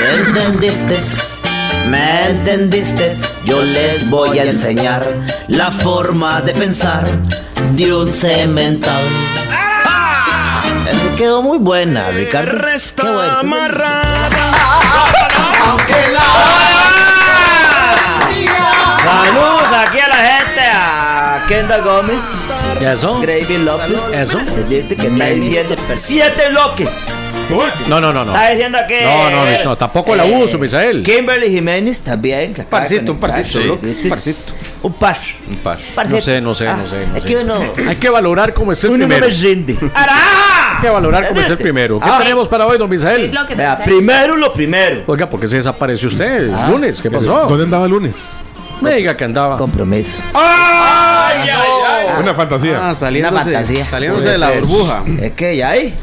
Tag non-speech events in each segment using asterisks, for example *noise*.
¿Me entendiste? ¿Me entendiste? Yo les voy a enseñar la forma de pensar de un cemental. Ese Quedó muy buena, Ricardo. Qué bueno. Saludos aquí a la gente, a Kendall Gómez, Eso. Gravy López. Eso. Este que está diciendo siete bloques. No, no, no, no. Está diciendo que. Eh, No, no, no, tampoco el abuso, Misael. Kimberly Jiménez también. que acaba de Parcito, un conectar. parcito, Sí. loco, Este un es parcito. Un par. Un par. Parcito. Ah, No sé, no sé, no sé, no es sé. que uno, Hay que valorar cómo es el uno no me primero. Hay rinde. ¡Ara! que valorar cómo es el primero. ¿Qué Ah. tenemos para hoy, don Misael? Lo que Vea, pasa. primero lo primero. Oiga, ¿por qué se desapareció usted el lunes? ¿Qué pasó? ¿Dónde andaba el lunes? Me diga que andaba. ¡Ah! Compromiso. ¡Ay, ay, ay! Una fantasía. Ah, saliéndose, fantasía. saliéndose de la burbuja. Es que ya hay.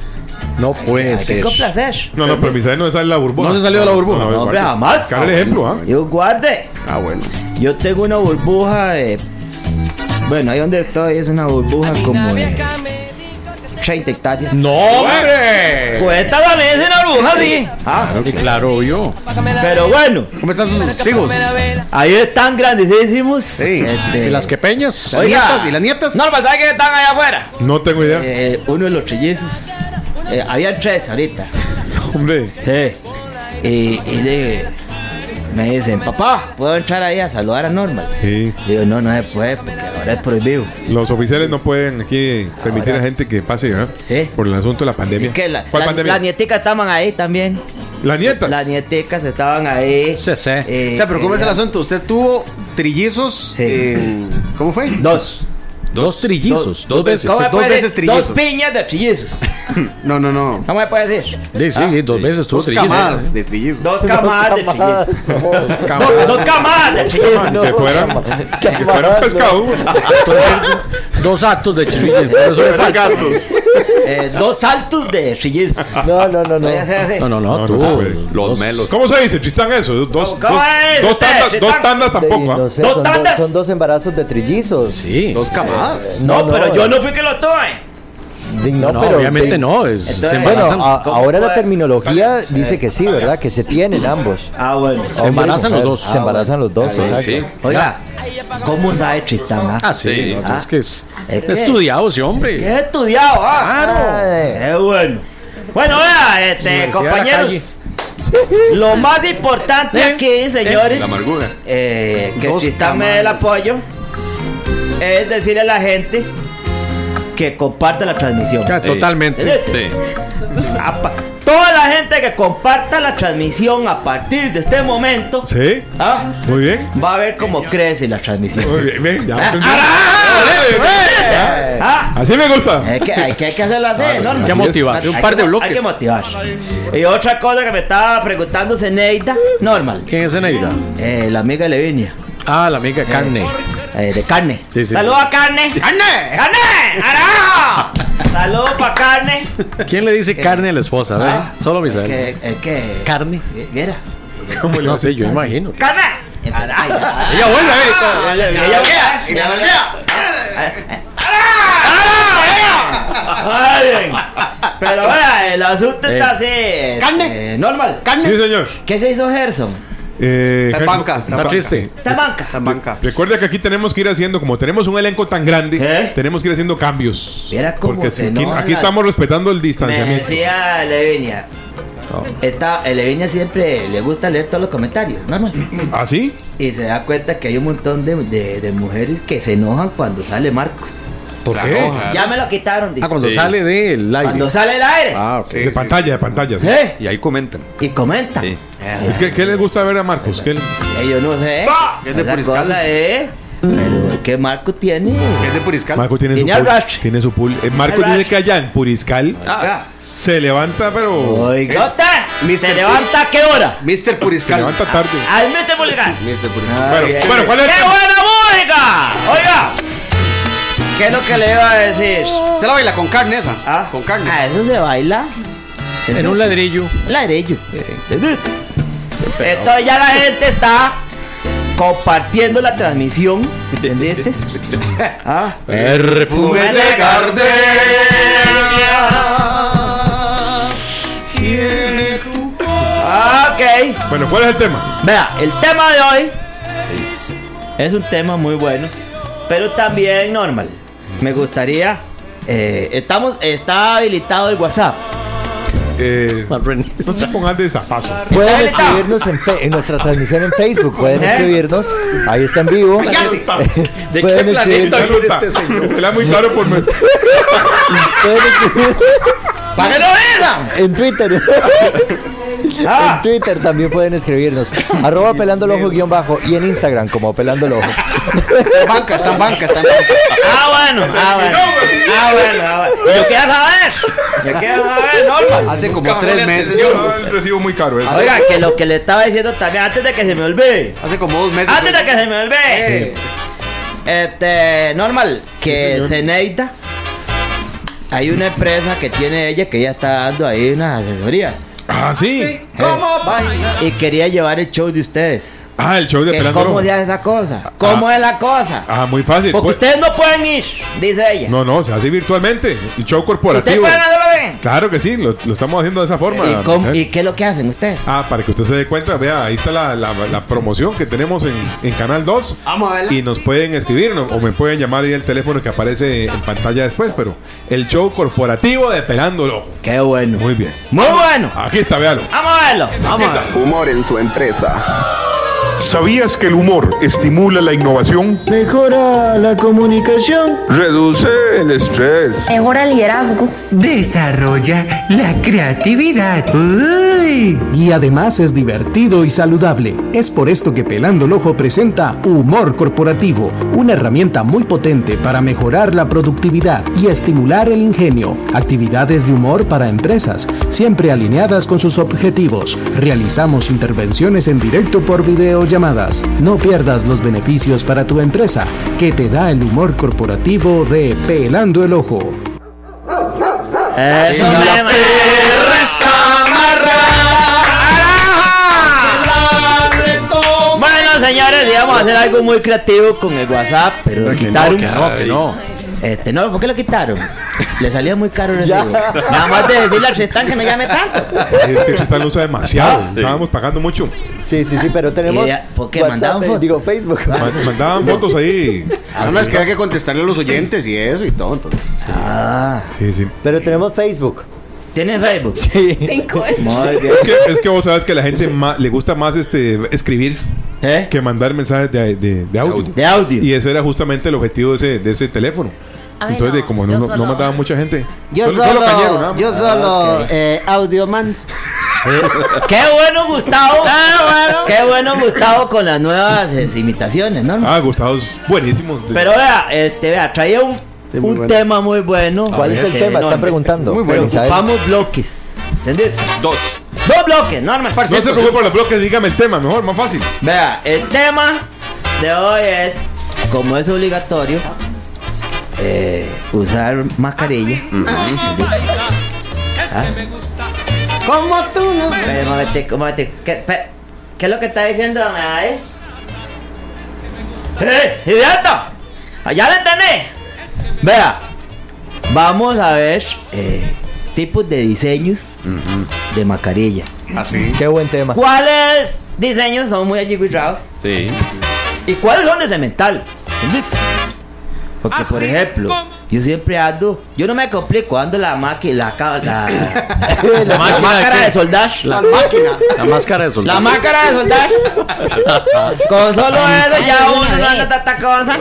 No puede Hay que ser. complacer. no, no, pero Misael no se sale la burbuja. No se salió de la burbuja. No, hombre, jamás. Cara el ejemplo, ¿ah? Yo guarde. Ah, bueno. Yo tengo una burbuja de. Bueno, ahí donde estoy es una burbuja como de 30 hectáreas. Pues ¡No, hombre! Cuesta la mesa una burbuja, sí. Ah, Y Claro, yo. pero bueno, ¿Cómo están sus hijos? ahí están grandísimos. Sí. ¿Y Ah, las que peñas? ¿Las Oiga. nietas? ¿Y las nietas? que están allá afuera. No tengo idea. Eh, uno de los trellizos. Eh, había tres ahorita. *laughs* Hombre, Sí. Y, y le- me dicen, papá, ¿puedo entrar ahí a saludar a Norma? sí. Le Digo, no, no se puede porque ahora es prohibido. Los oficiales no pueden aquí permitir a gente que pase, ¿verdad? Sí. Por el asunto de la pandemia. Es que la, ¿Cuál la- pandemia? las nieticas estaban ahí también. ¿La nieta? Las nieticas estaban ahí. Sí, sí. Eh, O sea, pero ¿cómo es el eh, asunto? Usted tuvo trillizos. Sí. eh, ¿Cómo fue? Dos. Dos trillizos. dos Dos veces. veces. puede veces decir? trillizos. Dos piñas de trillizos. *laughs* No, no, no. ¿Cómo me *laughs* puede decir? Sí, sí, sí, dos veces tuvo Dos trillizos. camadas de trillizos. Dos camadas de trillizos. Dos, dos camadas de trillizos. que fueran, que fueran pescado. Dos actos de trillizos. por eso le falta. Eh, dos saltos de trillizos. No, no, No, no, no. no, no, No, no tú. se puede. dos- Los melos. ¿Cómo se dice, Tristán, eso? Dos, dos, ¿Cómo es, dos usted, tandas, Tristán? dos tandas tampoco, Sí, ¿ah? no sé, ¡Dos son, tandas! dos, son dos embarazos de trillizos. Eh, Sí. Dos camadas. No, pero yo no fui que lo tome. Sí, No, no, no, pero obviamente sí. no. Es, Entonces, se Bueno, ah, embarazan, a- ¿Cómo ahora la puede? terminología dice que sí, ¿verdad? Que se tienen ambos. Ah, bueno. Hombre y embarazan los mujer. dos. Se embarazan los dos, exacto. Sí. Oiga, ¿cómo sabe Tristán? ah? ah, sí. Sí. no, es que es Es que- estudiado, sí, hombre. He estudiado, ah. Ay. Es bueno. Bueno, vea, este, Universidad compañeros. Lo más importante aquí, señores. la amargura. eh, que Dos Tristán me dé el apoyo. Es decirle a la gente que comparta la transmisión. Ah, ¿Eh? Totalmente. Sí. Apa- Toda la gente que comparta la transmisión a partir de este momento Sí. ah, Muy bien. va a ver cómo crece la transmisión. Muy bien. bien, ya Ah, aprendí. ah, Ah, *laughs* ah, Así me gusta. Es que hay que, hay que hacerla así, ¿no? Hay que motivar. Hay Un par que- de bloques. Hay que motivar. Y otra cosa que me estaba preguntando Zeneida, normal, ¿Quién es Eneida? eh, la amiga de Levinia, Ah, la amiga carne. eh, de carne. Sí, sí, Saludos a carne. ¡Carne! ¡Carne! *laughs* ¡Arajo! Saludos para carne. ¿Quién le dice carne a la esposa? eh? Ah, Solo es Misael. que, es que. Carne. Mira. No sé, yo imagino. ¡Carne! Ay, ay, Ella vuelve, eh. ay. Ella voltea, ella voltea. ¡Ara! ¡Ara! Muy bien. Pero vea, el asunto Eh. está así. eh, Carne. normal. Sí, señor. ¿Qué se hizo Gerson? Eh, Está en Gerson- banca, está en Está triste. Está banca. Esa banca. Recuerda que aquí tenemos que ir haciendo, como tenemos un elenco tan grande, ¿Eh? tenemos que ir haciendo cambios. Mira cómo Porque se si aquí, enoja aquí la- estamos respetando el Me distanciamiento. decía Levinia. Oh. Esta, Levinia siempre le gusta leer todos los comentarios, normal. ¿Ah, sí? Y se da cuenta que hay un montón de, de- de mujeres que se enojan cuando sale Marcos. ¿Por Claro, qué? claro. Ya me lo quitaron, dice. Ah, cuando Sí. sale del aire. Cuando sale el aire. Ah, ok. de pantalla, de pantalla. sí. ¿Eh? Y ahí comentan. Y Eh, comenta. Sí. Es que, ¿qué les gusta ver a Marcos? ¿Qué le- Eh, yo no sé. Es de Esa Puriscal. cosa, eh. Pero que Marcos tiene. Es de Puriscal. Marcos tiene, Tiene su al pool. Rush. Tiene su pool. Eh, Marcos Al dice Rush. que allá en Puriscal Ah. se levanta, pero. Oigota. Mister ¿Se levanta a qué hora? Mr. Se Puriscal. levanta tarde. Al mete pulgar. Mr. Puriscal. bueno, bien. bueno, ¿cuál ¡Qué es el tema? buena música! Oiga, ¿qué es lo que le iba a decir? Se la baila con carne esa. Con carne. Ah, eso se baila. En un ladrillo. ladrillo. Entonces ya la gente está compartiendo la transmisión. *laughs* ¿Entendiste? Ah. Perfume de gardenia. Tiene tu Ah, ok. Bueno, ¿cuál es el tema? Vea, el tema de hoy es un tema muy bueno, pero también normal. Me gustaría. eh, estamos, está habilitado el WhatsApp. Eh, Marrón. no se pongan de zapazo. Pueden escribirnos en, fe- en nuestra transmisión en Facebook. Pueden ¿Eh? escribirnos. Ahí está en vivo. *laughs* ¿De qué Pueden planeta escribir- viene este señor? Se le da muy claro por nuestro. pueden escribir ¡Para que no vengan! en Twitter. *laughs* En Twitter también pueden escribirnos. Arroba pelando el ojo guión bajo. Y en Instagram como pelando el ojo. banca, está en banca, está en banca. Ah, *laughs* bueno, ah, bueno. Ah, bueno, ah, bueno. Yo quiero saber. Yo quiero saber, *laughs* Norman. Hace como tres meses. Yo el recibo Ah, muy caro. ¿eh? Oiga, que lo que le estaba diciendo también antes de que se me olvide. Hace como dos meses. Antes de que se me olvide. Este, normal, que Zeneida. Hay una empresa que tiene ella que ya está dando ahí unas asesorías. Eh, Ah, sí. Y quería llevar el show de ustedes. Ah, el show de Que Pelando ¿Cómo Rojo. se hace esa cosa? ¿Cómo es la cosa? Ah, muy fácil. Porque Pues- ustedes no pueden ir, dice ella. No, no, se hace virtualmente. El show ustedes corporativo. pueden hacerlo bien. Claro que sí, lo, lo estamos haciendo de esa forma. ¿Y, cómo- ¿sabes? y qué es lo que hacen ustedes? Ah, para que usted se dé cuenta, vea, ahí está la, la- la promoción que tenemos en, en Canal 2. Vamos a verla. Y nos pueden escribir no- o me pueden llamar ahí el teléfono que aparece en pantalla después, pero el show corporativo de Pelando el Ojo. Qué bueno. Muy bien. Muy bueno. Aquí está, véalo. Vamos a verlo. Humor en su empresa. ¿Sabías que el humor estimula la innovación? Mejora la comunicación. Reduce el estrés. Mejora el liderazgo. Desarrolla la creatividad. Y además es divertido y saludable. Es por esto que Pelando el Ojo presenta Humor Corporativo, una herramienta muy potente para mejorar la productividad y estimular el ingenio. Actividades de humor para empresas, siempre alineadas con sus objetivos. Realizamos intervenciones en directo por videollamadas. No pierdas los beneficios para tu empresa que te da el humor corporativo de Pelando el Ojo. Eso me Bueno, señores, íbamos a hacer algo muy creativo con el WhatsApp, pero lo quitaron. no. Este, no, ¿por qué lo quitaron? Le salía muy caro el Ya. recibo. Nada más de decirle al Tristán que no llame tanto. Es que Tristán lo usa *laughs* demasiado. Estábamos pagando mucho. Sí, sí, sí, pero tenemos. Y ya, ¿por qué WhatsApp, mandaban eh, fotos? Digo, Facebook. Ma- *laughs* Mandaban fotos ahí. Son las que hay que contestarle a los oyentes y eso y todo. Entonces. Sí, sí. Pero tenemos Facebook. ¿Tiene Facebook? Cinco es. Muy bien. Es que, es que vos sabes que a la gente ma- le gusta más este escribir *laughs* ¿Eh? que mandar mensajes de, de- de audio. De audio. Y ese era justamente el objetivo de ese, de ese teléfono. Ay, Entonces, de no, como Ah, yo no, no, solo- mandaba mucha gente. Yo solo, Ah, cañero, nada más. yo solo eh, audio man. Qué bueno, Gustavo. Qué bueno, Gustavo, con las nuevas eh, imitaciones, ¿no? Ah, Gustavo es buenísimo. Pero vea, este, vea, traía un, muy un bueno. tema muy bueno. ¿Cuál es el Que tema? no, Están preguntando. Muy bueno. Isabel. Ocupamos bloques. ¿Entendés? Dos. Dos bloques, normal. no se preocupe por los bloques, dígame el tema, mejor, más fácil. Vea, el tema de hoy es, como es obligatorio, eh, usar mascarilla. Ah, Mm-hmm. Como tú no. ¿Ah? Pero, un momentico, un momentico. ¿Qué, pe- qué es lo que está diciendo, eh? ¡Eh, idiota! ¡Allá le tenés! Vea, vamos a ver eh, tipos de diseños Mm-hmm. de mascarillas. Así. Qué buen tema. ¿Cuáles diseños son muy achicurrados? Sí. ¿Y cuáles son de cemental? ¿Entendiste? Porque, por ejemplo, yo siempre ando. Yo no me complico, ando la máquina, la, ca- *laughs* la, la, máscara de soldar. La máquina. La máscara de soldado. La máscara de soldar. Con solo eso ya uno no anda tanta cosa.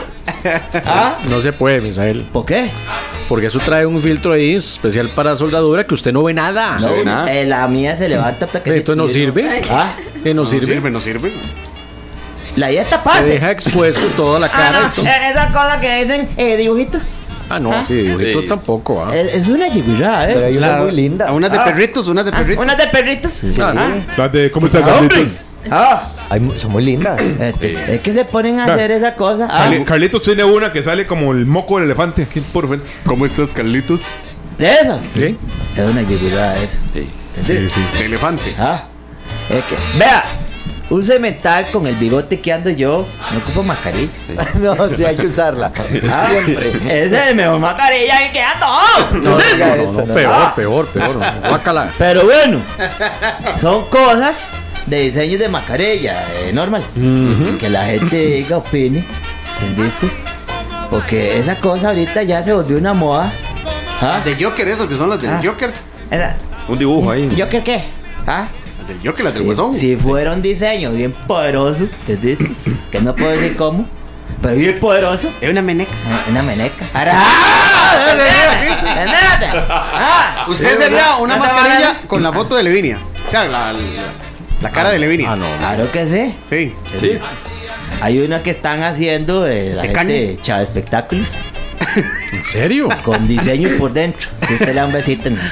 ¿Ah? No se puede, Misael. ¿Por qué? Porque eso trae un filtro ahí especial para soldadura que usted no ve nada. No, ve nada. eh, la mía se levanta hasta que. Esto no sirve. Ah, Que no No sirve, sirve. no sirve. la idea está Te pase. deja expuesto toda la Ah, cara. no, eh, esa cosa que dicen eh, dibujitos. Ah, no, sí, dibujitos tampoco. Eh. ah. Es, es una yigurá, ¿eh? Pero hay unas La- muy lindas. a unas de Ah. perritos, unas de Ah, perritos. unas de perritos. Ah, no. Ah, Las de cómo están Carlitos. ah, Hay mu- son muy lindas. eh, te- es que se ponen a Claro. hacer esa cosa. Ah, Carli- Carlitos tiene una que sale como el moco del elefante aquí por frente. ¿Cómo estás, Carlitos? de esas. Sí. Es una yigurá eso. ¿Entendés? De elefante. Ah, es que, vea, un cemental con el bigote que ando yo, no ocupo mascarilla. *laughs* no, sí, hay que usarla. Ah, Ese es el mejor mascarilla que ando. No, no, diga no, no, eso, no, no. Ah. peor, peor, *laughs* peor. Guácala. Pero bueno, son cosas de diseño de mascarilla, eh, normal. Que la gente diga, opine, ¿entendiste? Porque esa cosa ahorita ya se volvió una moda. ¿Ah? De Joker, esas que son las del Ah. Joker. Esa- Un dibujo ahí. ¿Yo creo qué? ¿Ah? Las del Joker, las del huesón. Si, si fuera un diseño bien poderoso, ¿entendiste? Que no puedo decir cómo, pero bien poderoso. Es una meneca. Ah, Una meneca. ¡Ah! ¡Espérate! ¡Ah! Usted sería una Anda, mascarilla vale. con la foto de Levinia. O sea, la, la, la cara de Levinia. Ah, no. Claro que sí. Sí. Hay una que están haciendo eh, la ¿De gente carne? de Chava Espectáculos ¿En serio? con diseño por dentro. Que usted le da un besito. ¿no? sí,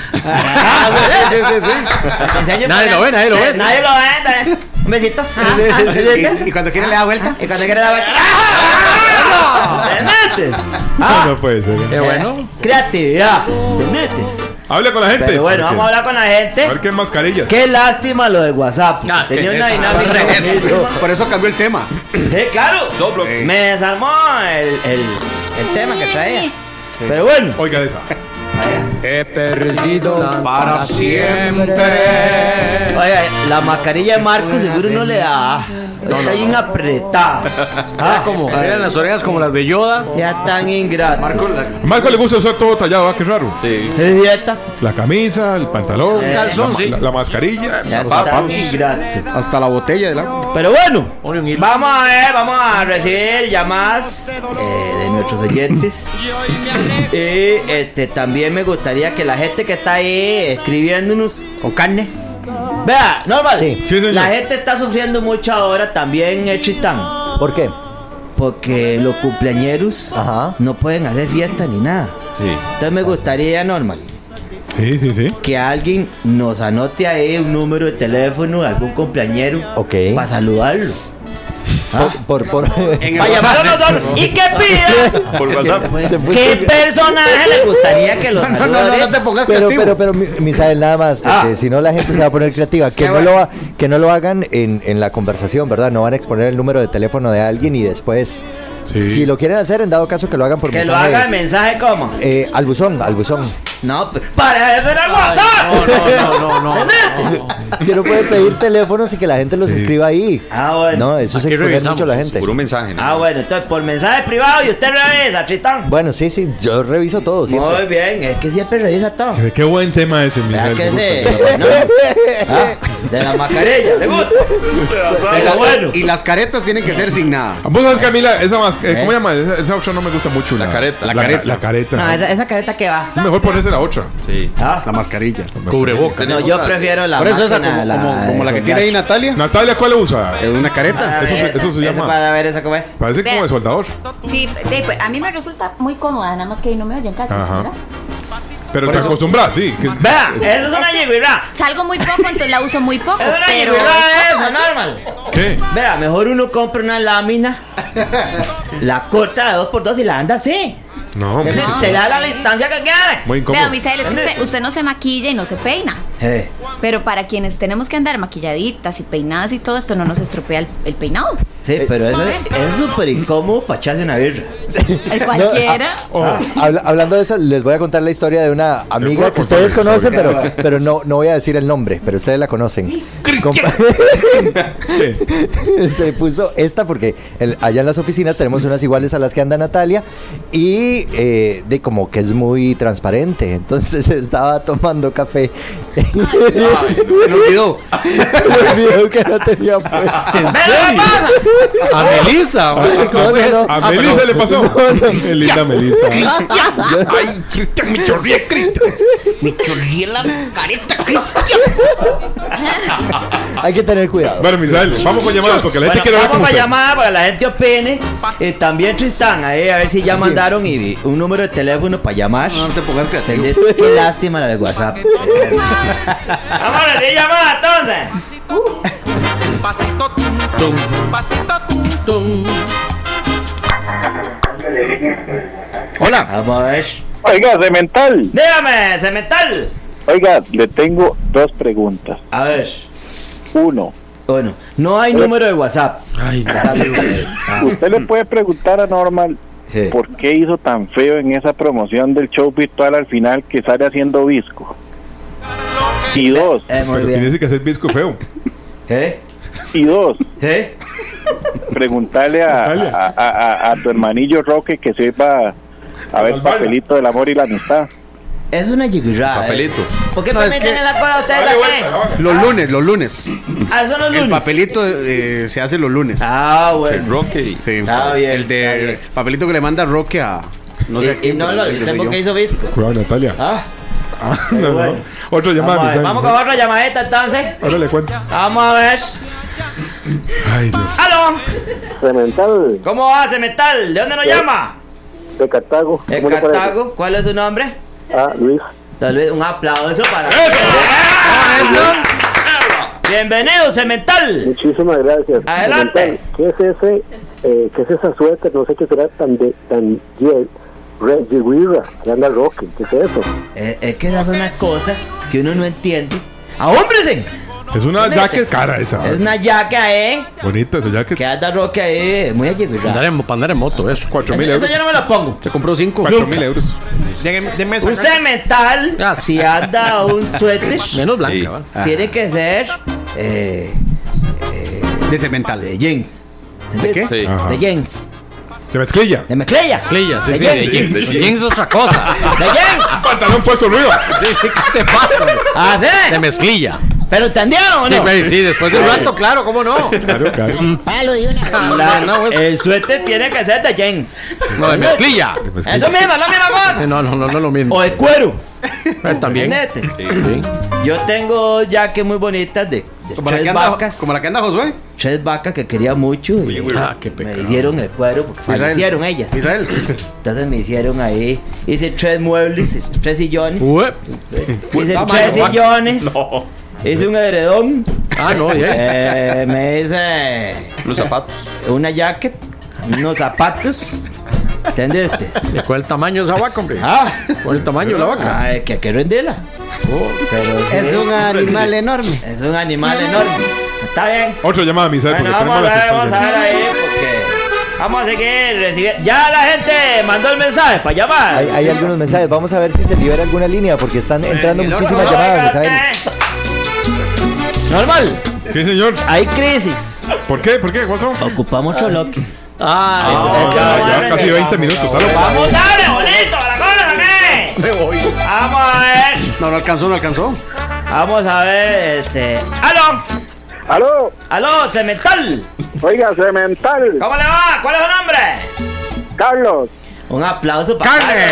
sí, sí. Con diseño por Nadie lo dentro. ve, Eh, nadie lo ve, sí. Nadie lo ve. nadie- Un besito. Ah, ah, un besito. Y, y cuando quiere le da vuelta. Y cuando quiera la ve- ¡Ah! ¿Entendiste? *laughs* No, Ah, no puede ser. Qué bueno. Creatividad. ¿Entendiste? Habla con la gente. Pero bueno, vamos a hablar con la gente. A ver qué mascarillas. Qué lástima lo del WhatsApp. Ah, Tenía qué una es- dinámica. ah, es- buenísima. Por eso cambió el tema. Sí, claro. bloque. Me desarmó el, el, el tema que traía. Pero bueno. Oiga de esa. He perdido Para siempre. Oye, la mascarilla de Marco seguro no le da. Está bien apretada. Ah, como, eran las orejas como las de Yoda. Ya tan ingrato. Marco, la, Marco le gusta usar todo tallado, ¿ah? Qué raro. ¿Es dieta? La camisa, el pantalón, Eh, calzón, la, sí. la- la mascarilla, Ya los está tan zapatos. ingrato. hasta la botella del agua. Pero bueno. Ponle un hilo. Vamos a ver, vamos a recibir llamadas eh, de nuestros oyentes. Y este, también me gustaría que la gente que está ahí escribiéndonos Con carne. Vea, normal. Sí, señor. la gente está sufriendo mucho ahora también, eh, Tristán. ¿Por qué? Porque los cumpleañeros Ajá. no pueden hacer fiesta ni nada. Entonces me gustaría, normal, Sí, sí, sí. que alguien nos anote ahí un número de teléfono de algún cumpleañero Ok. para saludarlo. Por, por, En el Para llamarlo WhatsApp. nosotros. ¿Y qué pida? Por WhatsApp. Se fue- ¿Qué personaje le gustaría que lo No, no, salude? no, no te pongas Pero, creativo. pero, pero, mi- Misael, nada más, porque Ah. si no la gente se va *laughs* a poner creativa. Que, Qué no, bueno. lo, ha- que no lo hagan en, en la conversación, ¿verdad? No van a exponer el número de teléfono de alguien y después. Sí. Si lo quieren hacer, en dado caso que lo hagan por Que lo mensaje, haga en mensaje como. eh, al buzón, *laughs* al buzón. No, pero- para de ver el WhatsApp. No, no, no, no. no. ¿Entendés? Si uno puede pedir teléfonos y que la gente los escriba ahí. Ah, bueno. No, eh. eso es Aquí exponer revisamos, mucho a la gente. mensaje. Ah, bueno, entonces por mensaje privado y usted revisa, Tristán. Bueno, sí, sí, yo reviso todo. siempre. Muy bien, es que siempre revisa todo. Qué buen tema ese, mi Vea Isabel, que me se. gusta. ¿no? Ah, de la mascarilla, ¿le *laughs* gusta? Pero bueno. Y las caretas tienen que ser sin nada. Vos sabés, Camila, esa mas- eh, ¿cómo ¿Eh? llama? Esa, esa opción no me gusta mucho. La, careta. La, careta. La careta. No, esa, esa careta que va. Es Mejor ponerse la otra. Ah, La mascarilla. Cubrebocas. no, yo prefiero la Por eso esa, máquina, como, como- como la que tiene ahí Natalia. *laughs* Natalia, ¿cuál usa? Es una careta. Para Eso ver se- Ah, esa, eso se esa llama. Para ver esa cómo es. Parece como de soldador. Sí, *laughs* de- pues, a mí me resulta muy cómoda, nada más que no me oyen casi, Ajá. ¿verdad? Pero te acostumbras, sí. que- Vea, eso es una yigüirá. Salgo muy poco, entonces la uso muy poco, *laughs* Es una pero... yigüirá eso, normal. ¿Qué? Vea, mejor uno compra una lámina, la corta de dos por dos y la anda así. No, Te, hombre, No. te da la distancia que quiere. muy incómodo. Vea, Misael, es que usted, usted no se maquilla y no se peina. Eh, Pero para quienes tenemos que andar maquilladitas y peinadas y todo esto, no nos estropea el, el peinado. Sí, pero eso es es súper incómodo para echarse una birra. *laughs* El cualquiera. ah, Oh, Habla- hablando de eso, les voy a contar la historia de una amiga puedo que contar ustedes la conocen, historia. *laughs* pero, pero no, no voy a decir el nombre, pero ustedes la conocen. Compa- ¿qué? *laughs* Se puso esta porque el- allá en las oficinas tenemos unas iguales a las que anda Natalia y eh, de como que es muy transparente. Entonces *laughs* estaba tomando café. Se le olvidó. *laughs* Me olvidó que no tenía pues, puesto. ¿Pero qué pasa? A Melissa. *laughs* A- a- ¿cómo a- es? a Ah, Melissa le pasó. Qué linda Melissa. Ay, Cristian, me chorrié, Cristian. Me chorrié la careta, Cristian. Hay que tener cuidado. Bueno, Misael, vamos con llamadas porque la gente Bueno, quiere hablar con Vamos a usted. llamar para que la gente opine. Eh, también Tristán, ahí, a ver si ya Sí. mandaron y- un número de teléfono para llamar. No te pongas creativo. Qué lástima la del WhatsApp. *laughs* Vamos a hacer llamada, entonces. Pasito tum, tum, pasito tum, tum. Hola. Vamos a ver. Oiga, Cemental. Dígame, Cemental. Oiga, le tengo dos preguntas. A ver. Uno. Bueno, no hay número de WhatsApp. Ah, Ah. Usted le puede preguntar a Normal por qué hizo tan feo en esa promoción del show virtual al final que sale haciendo visco. Y dos. eh, Pero tienes que hacer pisco feo. *laughs* ¿Qué? Y dos. ¿Qué? Preguntarle a, a- a- a- a tu hermanillo Roque que sepa a ver papelito del amor y la amistad. Es una yigurada. Papelito. Ah, ¿Por qué No, es permiten que- esa cosa a ustedes Dale aquí? Ah. Los lunes, los lunes. Ah, son los El lunes. papelito eh, se hace los lunes. Ah, bueno. El Roque. Sí, Está bien, El de papelito que le manda Roque a. No Eh, sé. a Y- y quién, no pero lo creo que hice soy porque yo. hizo visco. Cuidado, Natalia. Ah. no, no. bueno. Otra llamada, Vamos, a ver, Misael. vamos con otra llamadita entonces. Ahora le cuento. Vamos a ver. Ay, Dios. ¡Aló! Cemental ¿Cómo va, Cemental? ¿De dónde nos Sí. llama? de Cartago. De Cartago. ¿Cuál es su nombre? Ah, Luis. Tal vez un aplauso para. Bienvenido, Cemental. Muchísimas gracias. Adelante. ¿Qué es ese, eh, qué es esa suerte? No sé qué será tan de, tan ye- re- de guira, que anda Rocky. ¿Qué es eso? Eh, es que esas son las cosas que uno no entiende. ¡Ahómbrese! Es una jacket cara esa. Es una yaca, ¿eh? Bonita esa jacket. Que anda Roque ahí. Muy allí, Para eh, andar en- para andar en moto, eso. Cuatro Eso- eso yo no me lo pongo. Te compró cinco. Cuatro mil euros. Un cemental, si anda un *laughs* suéter, Ah. Menos blanca, ¿vale? tiene que ser. Eh, De cemental. De jeans. ¿De qué? Sí. De jeans. De mezclilla. De mezclilla. Mezclilla, sí, De jeans. sí, de jeans. De jeans es otra cosa. De jeans. Pantalón puesto arriba. *laughs* Sí, sí, ¿qué te pasa? hombre? Ah, ¿sí? *laughs* De mezclilla. ¿Pero entendieron o Sí, no? güey, sí, después de un rato, claro, ¿cómo no? Claro, claro. palo de *laughs* una. el suéter tiene que ser de jeans. No, de mezclilla. De mezclilla. Eso mismo, es la misma cosa. Sí, no, no, no, no es lo mismo. O de cuero. Eh, también. Netes. Sí, Yo tengo jaques muy bonitas de, de Como la tres que anda- vacas. como la que anda Josué. Tres vacas que quería mucho. y me hicieron el cuadro porque Misael. fallecieron ellas. Entonces me hicieron ahí. Hice tres muebles, tres sillones. Ué. Hice Puta tres madre. sillones. Hice un edredón. Ah, no, bien. Eh, me hice. Los zapatos. Una jacket. Unos zapatos. ¿Entendiste? ¿De cuál tamaño es esa vaca, hombre? Ah. ¿Cuál el tamaño de la vaca? Ay, que hay que rendirla. Pero Es un animal enorme. Es un animal enorme. Está bien. Otra llamada, Misael, Bueno, porque vamos tenemos las a ver, vamos a ver estrellas. ahí, porque vamos a seguir recibiendo. Ya la gente mandó el mensaje para llamar. Hay, hay algunos mensajes. Vamos a ver si se libera alguna línea porque están entrando no, muchísimas no, llamadas, oiga, Misael. ¿eh? Normal. Sí, señor. Hay crisis. ¿Por qué? ¿Por qué? ¿Cuál son? Ocupamos Choloque. Ah, ya, ya casi 20 minutos. está loco. Vamos a ver, bonito, a la cosa también. Me voy. Vamos a ver. No, no alcanzó, no alcanzó. Vamos a ver, este. ¡Aló! ¡Aló! ¡Aló, Cemental! Oiga, Cemental. ¿Cómo le va? ¿Cuál es su nombre? Carlos. Un aplauso para Carlos.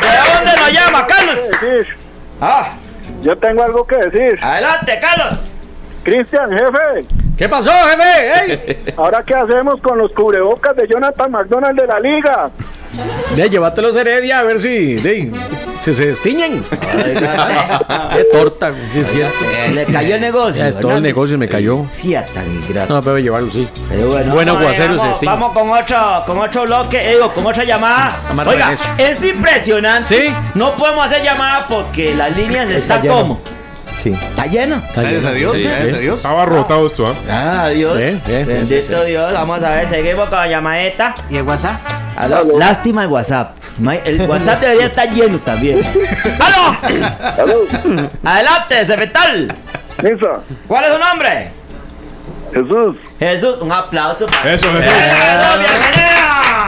¿De dónde nos llama, Carlos? Ah. Yo tengo algo que decir. Adelante, Carlos. Cristian, jefe. ¿Qué pasó, jefe? ¿Ahora qué hacemos con los cubrebocas de Jonathan McDonald de la liga? De, llévatelos heredia a ver si, de, si se destiñen. Qué torta, güey, sí, es cierto. Eh, Le cayó el negocio. Ya es todo el Hernández. negocio me cayó. Sí, a tan ingrato. No, pero llevarlo, sí. Pero bueno, Buen vamos a ver, aguacero se vamos, destiñe. vamos con otro, con otro bloque, eh, digo, con otra llamada. Amarra Oiga, eso. es impresionante. No podemos hacer llamada porque las líneas están lleno. como. Sí. Está lleno. Gracias a Dios, gracias a Dios. Estaba arrotado esto, ¿ah? Ah, Dios. Sí, sí, sí, Bendito sí, sí. Dios. Vamos a ver, seguimos con la llamadita. ¿Y el WhatsApp? Aló. Lástima el WhatsApp. Ma- El WhatsApp debería estar lleno *laughs* también. ¡Aló! Adelante, Cepetal. Misa. ¿Cuál es su nombre? Jesús. Jesús, un aplauso para Eso, Jesús. ¡Bienvenido, bienvenida!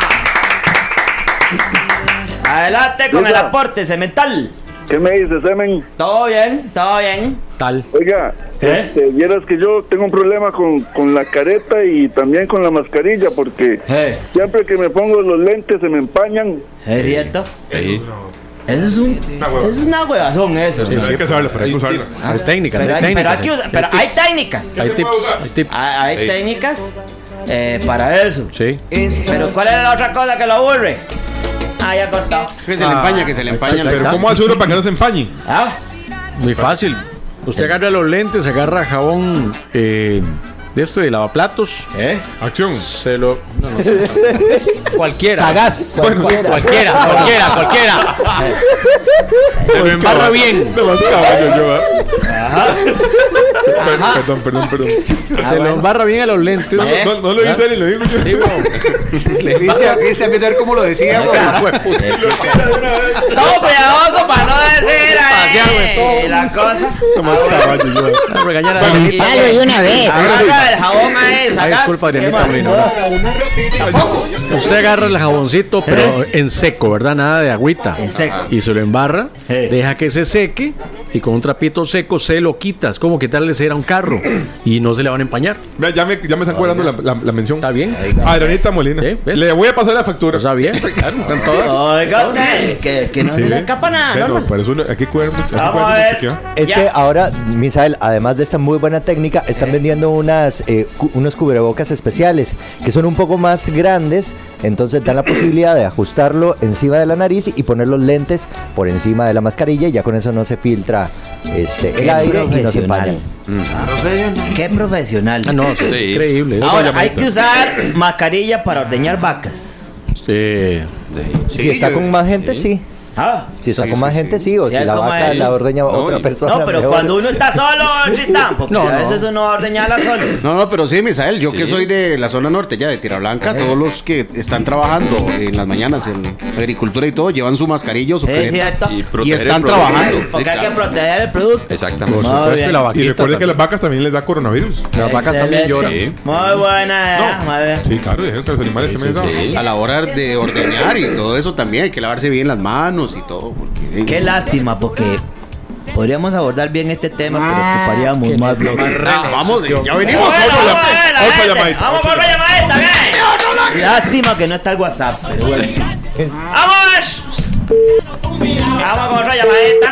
Adelante con el aporte, Cemental. ¿Qué me dice, Semen? Todo bien, todo bien. Tal. Oiga, ¿Eh? este, vieras que yo tengo un problema con, con la careta y también con la mascarilla, porque Eh. siempre que me pongo los lentes se me empañan. ¿Es cierto? Eso es un. Eso es una huevazón, eso. Sí, hay que usarlo, pero hay que usarlo. Ah, Hay técnicas, pero hay hay, pero técnicas. hay que usar- pero hay técnicas. Hay tips, hay tips. Hay, hay Sí. técnicas eh, para eso. Sí. Pero ¿cuál es la otra cosa que lo aburre? Ah, ya contado. Que se le empaña, que se le empaña. Pero ¿cómo hace uno para que no se empañe? Ah. Muy fácil. Usted agarra los lentes, agarra jabón eh, de este, de lavaplatos. ¿Eh? Acción. Se lo. no, *laughs* no sé. Cualquiera. Sagaz. Bueno, Cualquiera. cualquiera, cualquiera, cualquiera. Se lo embarra bien. ¿ah? Perdón, perdón, perdón. Ah, se lo embarra bien a los lentes. ¿Eh? No, no lo hice ni lo digo yo. *laughs* Cristian, Cristian, vete a ver cómo lo decía, güey. No, cuidadoso para no decir ahí la cosa. ¿ah? Regañar a Sí. Danielita. Dalo de una vez. Agarra el jabón ahí, Ay, sacas. disculpa, ¿Qué Adrianita, más? hombre, no, no. Usted agarra el jaboncito, pero Eh. en seco, ¿verdad? Nada de agüita. En seco. Y se lo embarra, Eh. deja que se seque y con un trapito seco se lo quitas. Como quitarle cera a un carro y no se le van a empañar. Vea, Ya me, Ah, ya me están cobrando la, la- la mención. Está bien. Adrianita Molina. Le voy a pasar la factura. *laughs* Está bien. Están todas. Oiga, usted, que, que no Ah, Sí, se le escapa nada, Pero, Norma. pero eso no- hay que cuidar mucho. hay que Vamos cuidar a mucho ver. aquí, ¿ah? Es que ahora, Misael, además de esta muy buena técnica, están vendiendo unas, eh, cu- unos cubrebocas especiales que son un poco más grandes, entonces dan la posibilidad de ajustarlo encima de la nariz y poner los lentes por encima de la mascarilla y ya con eso no se filtra este, el Qué aire y no se profesional. empaña. Qué profesional. Ah, no, eso es Sí. increíble. Ahora, Otra hay llamadita. que usar mascarilla para ordeñar vacas. Sí. si está con más gente, sí. Ah. Si está Sí, con más gente, sí. O Ya si la como vaca el- la ordeña otra persona. No, pero mejor. cuando uno está solo, Tristán, porque No, a no. veces uno va a ordeñarla solo. No, no, pero sí, Misael, yo Sí. que soy de la zona norte, ya de Tierra Blanca, todos los que están trabajando en las mañanas en agricultura y todo, llevan su mascarilla o su Sí, careta cierto. y, Y proteger están el producto. trabajando. Porque hay que proteger el producto. Por Muy supuesto, bien. y Y recuerde que las vacas también les da coronavirus. Las vacas también lloran. Sí. Muy buena, ya, muy Eh. bien. Sí, claro, dijeron que los animales Sí, también les sí, daban. sí. A la hora de ordeñar y todo eso también hay que lavarse bien las manos y todo. Porque, Qué lástima, porque podríamos abordar bien este tema, pero ocuparíamos más bloques. Ah, vamos, ya venimos. Bueno, Otra vamos llam- a ver, la otra gente. llamadita, Vamos otra por la llamadita, bien. Lástima que no está el WhatsApp, pero bueno. ¡Vamos! Vamos con otra llamadita.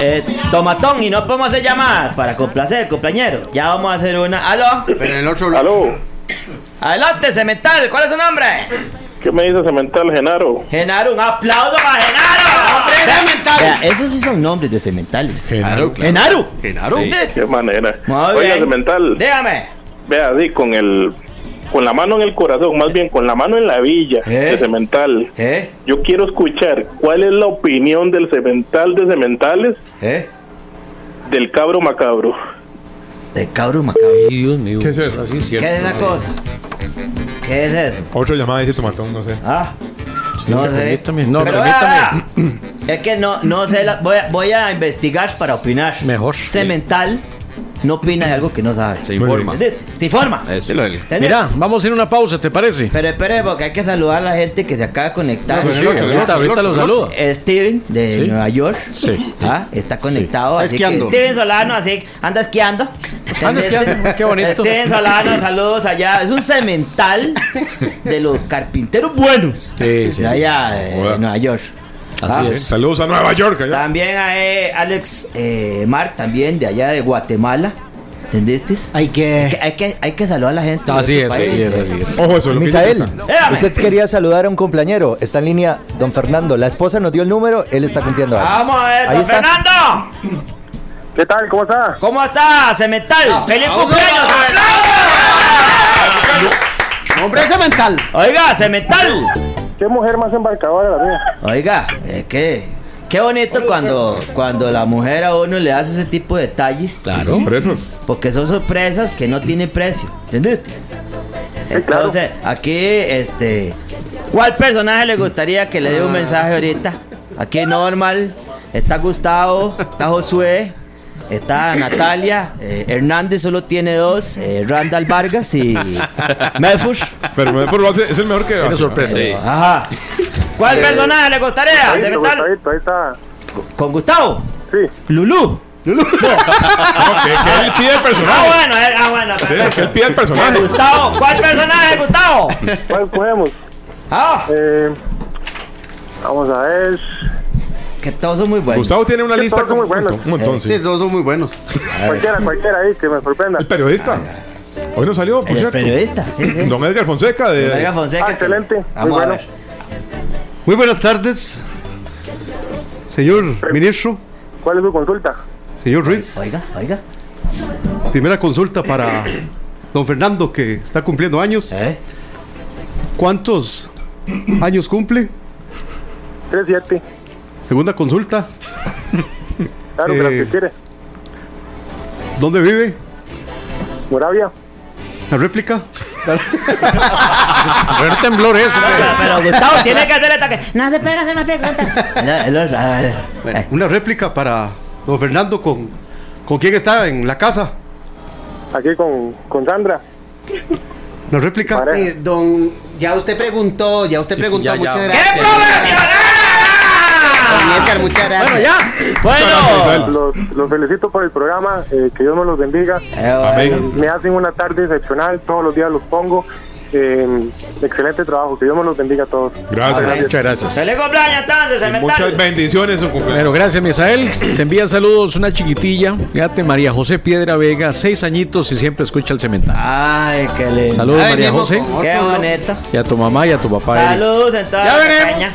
Eh, tomatón, y no podemos hacer llamadas para complacer, compañero. Ya vamos a hacer una. ¡Aló! Pero en el otro Aló, ¡Adelante, Cemental! ¿Cuál es su nombre? ¿qué me dice Cemental Genaro? Genaro, un aplauso para Genaro. Vea, esos sí son nombres de cementales. Genaro. Genaro. Sí, qué manera. Muy Oiga, bien. Cemental. Dígame. Vea, di, con el. Con la mano en el corazón, más bien con la mano en la villa de Cemental. Yo quiero escuchar cuál es la opinión del Cemental de Cementales ¿Eh? del cabro macabro. De cabro macabro. Dios mío. ¿Qué es eso? ¿Qué es esa cosa? ¿Qué es eso? Otra llamada dice Tomatón, no sé. Ah. No sé. Permítame, no, Pero permítame. vea, vea. Es que no, no sé. la- voy, a, voy a investigar para opinar. Mejor. Cemental no opina de algo que no sabe. Se informa. Se informa. ¿Entendés? Eh, Mira, vamos a ir a una pausa, ¿te parece? Pero espere, porque hay que saludar a la gente que se acaba de conectar. Sí, sí, ahorita- ahorita los saludo. Eh, Steven de Sí. Nueva York. Sí. *laughs* Ah, está conectado. Está Así que esquiando. Steven Solano, así anda esquiando. *laughs* Anda esquiando, Este- qué bonito. Steven *laughs* Solano, saludos allá. Es un cemental de los carpinteros buenos. Sí, sí. De allá de Nueva York. Ah, Así es. Saludos a Nueva York. allá. También a eh, Alex eh, Mark, también de allá de Guatemala. ¿Entendiste? Hay que... hay, que, hay que saludar a la gente. de Así otro es, país. así es, así es. Ojo, eso es lo que Misael, dicen. usted quería saludar a un compañero. Está en línea don Fernando. La esposa nos dio el número, él está cumpliendo años. Vamos a ver, Ahí don está. Fernando. ¿Qué tal? ¿Cómo está? ¿Cómo está, Cemental? ¡Feliz vamos, cumpleaños! ¡Hombre, Cemental! Oiga, Cemental. ¿Qué mujer más embarcadora la mía? Oiga, es que. Qué bonito cuando, cuando la mujer a uno le hace ese tipo de detalles. Claro. Sorpresas. Porque son sorpresas que no tienen precio. ¿Entendiste? Entonces, aquí, este. ¿Cuál personaje le gustaría que le dé un mensaje ahorita? Aquí normal. Está Gustavo, está Josué, está Natalia, eh, Hernández solo tiene dos, eh, Randall Vargas y Medford. Pero Medford lo hace- es el mejor que. Tiene sorpresas. Eh, Ajá. ¿Cuál Eh, personaje le gustaría? Ahí está, Cemental? Gustavito, ahí está. ¿Con Gustavo? Sí. Lulú. Lulú. que él pide el personaje. Ah, bueno, eh, ah, bueno. Sí, que él pide el personaje. Gustavo, ¿cuál personaje, *laughs* Gustavo? ¿Cuál Pues, podemos? Eh, Ah. vamos a ver. Que todos son muy buenos. Gustavo tiene una Que lista todos son con muy Eh, buenos. un montón. Sí, todos son muy buenos. Cualquiera, cualquiera ahí que me sorprenda. El periodista. Hoy no salió, por El cierto. periodista, Don Edgar Fonseca de. Don Edgar Fonseca. Ah, excelente. Muy Vamos a bueno. ver. Muy buenas tardes, señor ministro, ¿Cuál es su consulta? señor Ruiz. Oiga, oiga. Primera consulta para don Fernando que está cumpliendo años. ¿Cuántos años cumple? 37. Segunda consulta. Claro, pero Eh, que quiere. ¿Dónde vive? Moravia. La réplica. Ver temblor eso. Pero Gustavo tiene que hacer el toque. No se pega, se me pregunta. Bueno, una réplica para don Fernando con, con quién está en la casa. Aquí con, con Sandra. La réplica. Eh, don, ya usted preguntó, ya usted preguntó, muchas gracias. Don Edgar, muchas gracias. Bueno, ya. Bueno, los, los felicito por el programa. eh, que Dios me los bendiga. Amén. Me hacen una tarde excepcional. Todos los días los pongo. Eh, excelente trabajo. Que Dios me los bendiga a todos. Gracias. Muchas gracias. Feliz cumpleaños entonces, Y Muchas cemental. bendiciones, un cumpleaños. Pero gracias, Misael. Te envía saludos una chiquitilla. Fíjate, María José Piedra Vega, seis añitos y siempre escucha el cemental. Ay, qué lindo. Saludos, María José. Qué bonita. Y a tu mamá y a tu papá. Eric. Saludos, entonces. Ya venimos. Peña.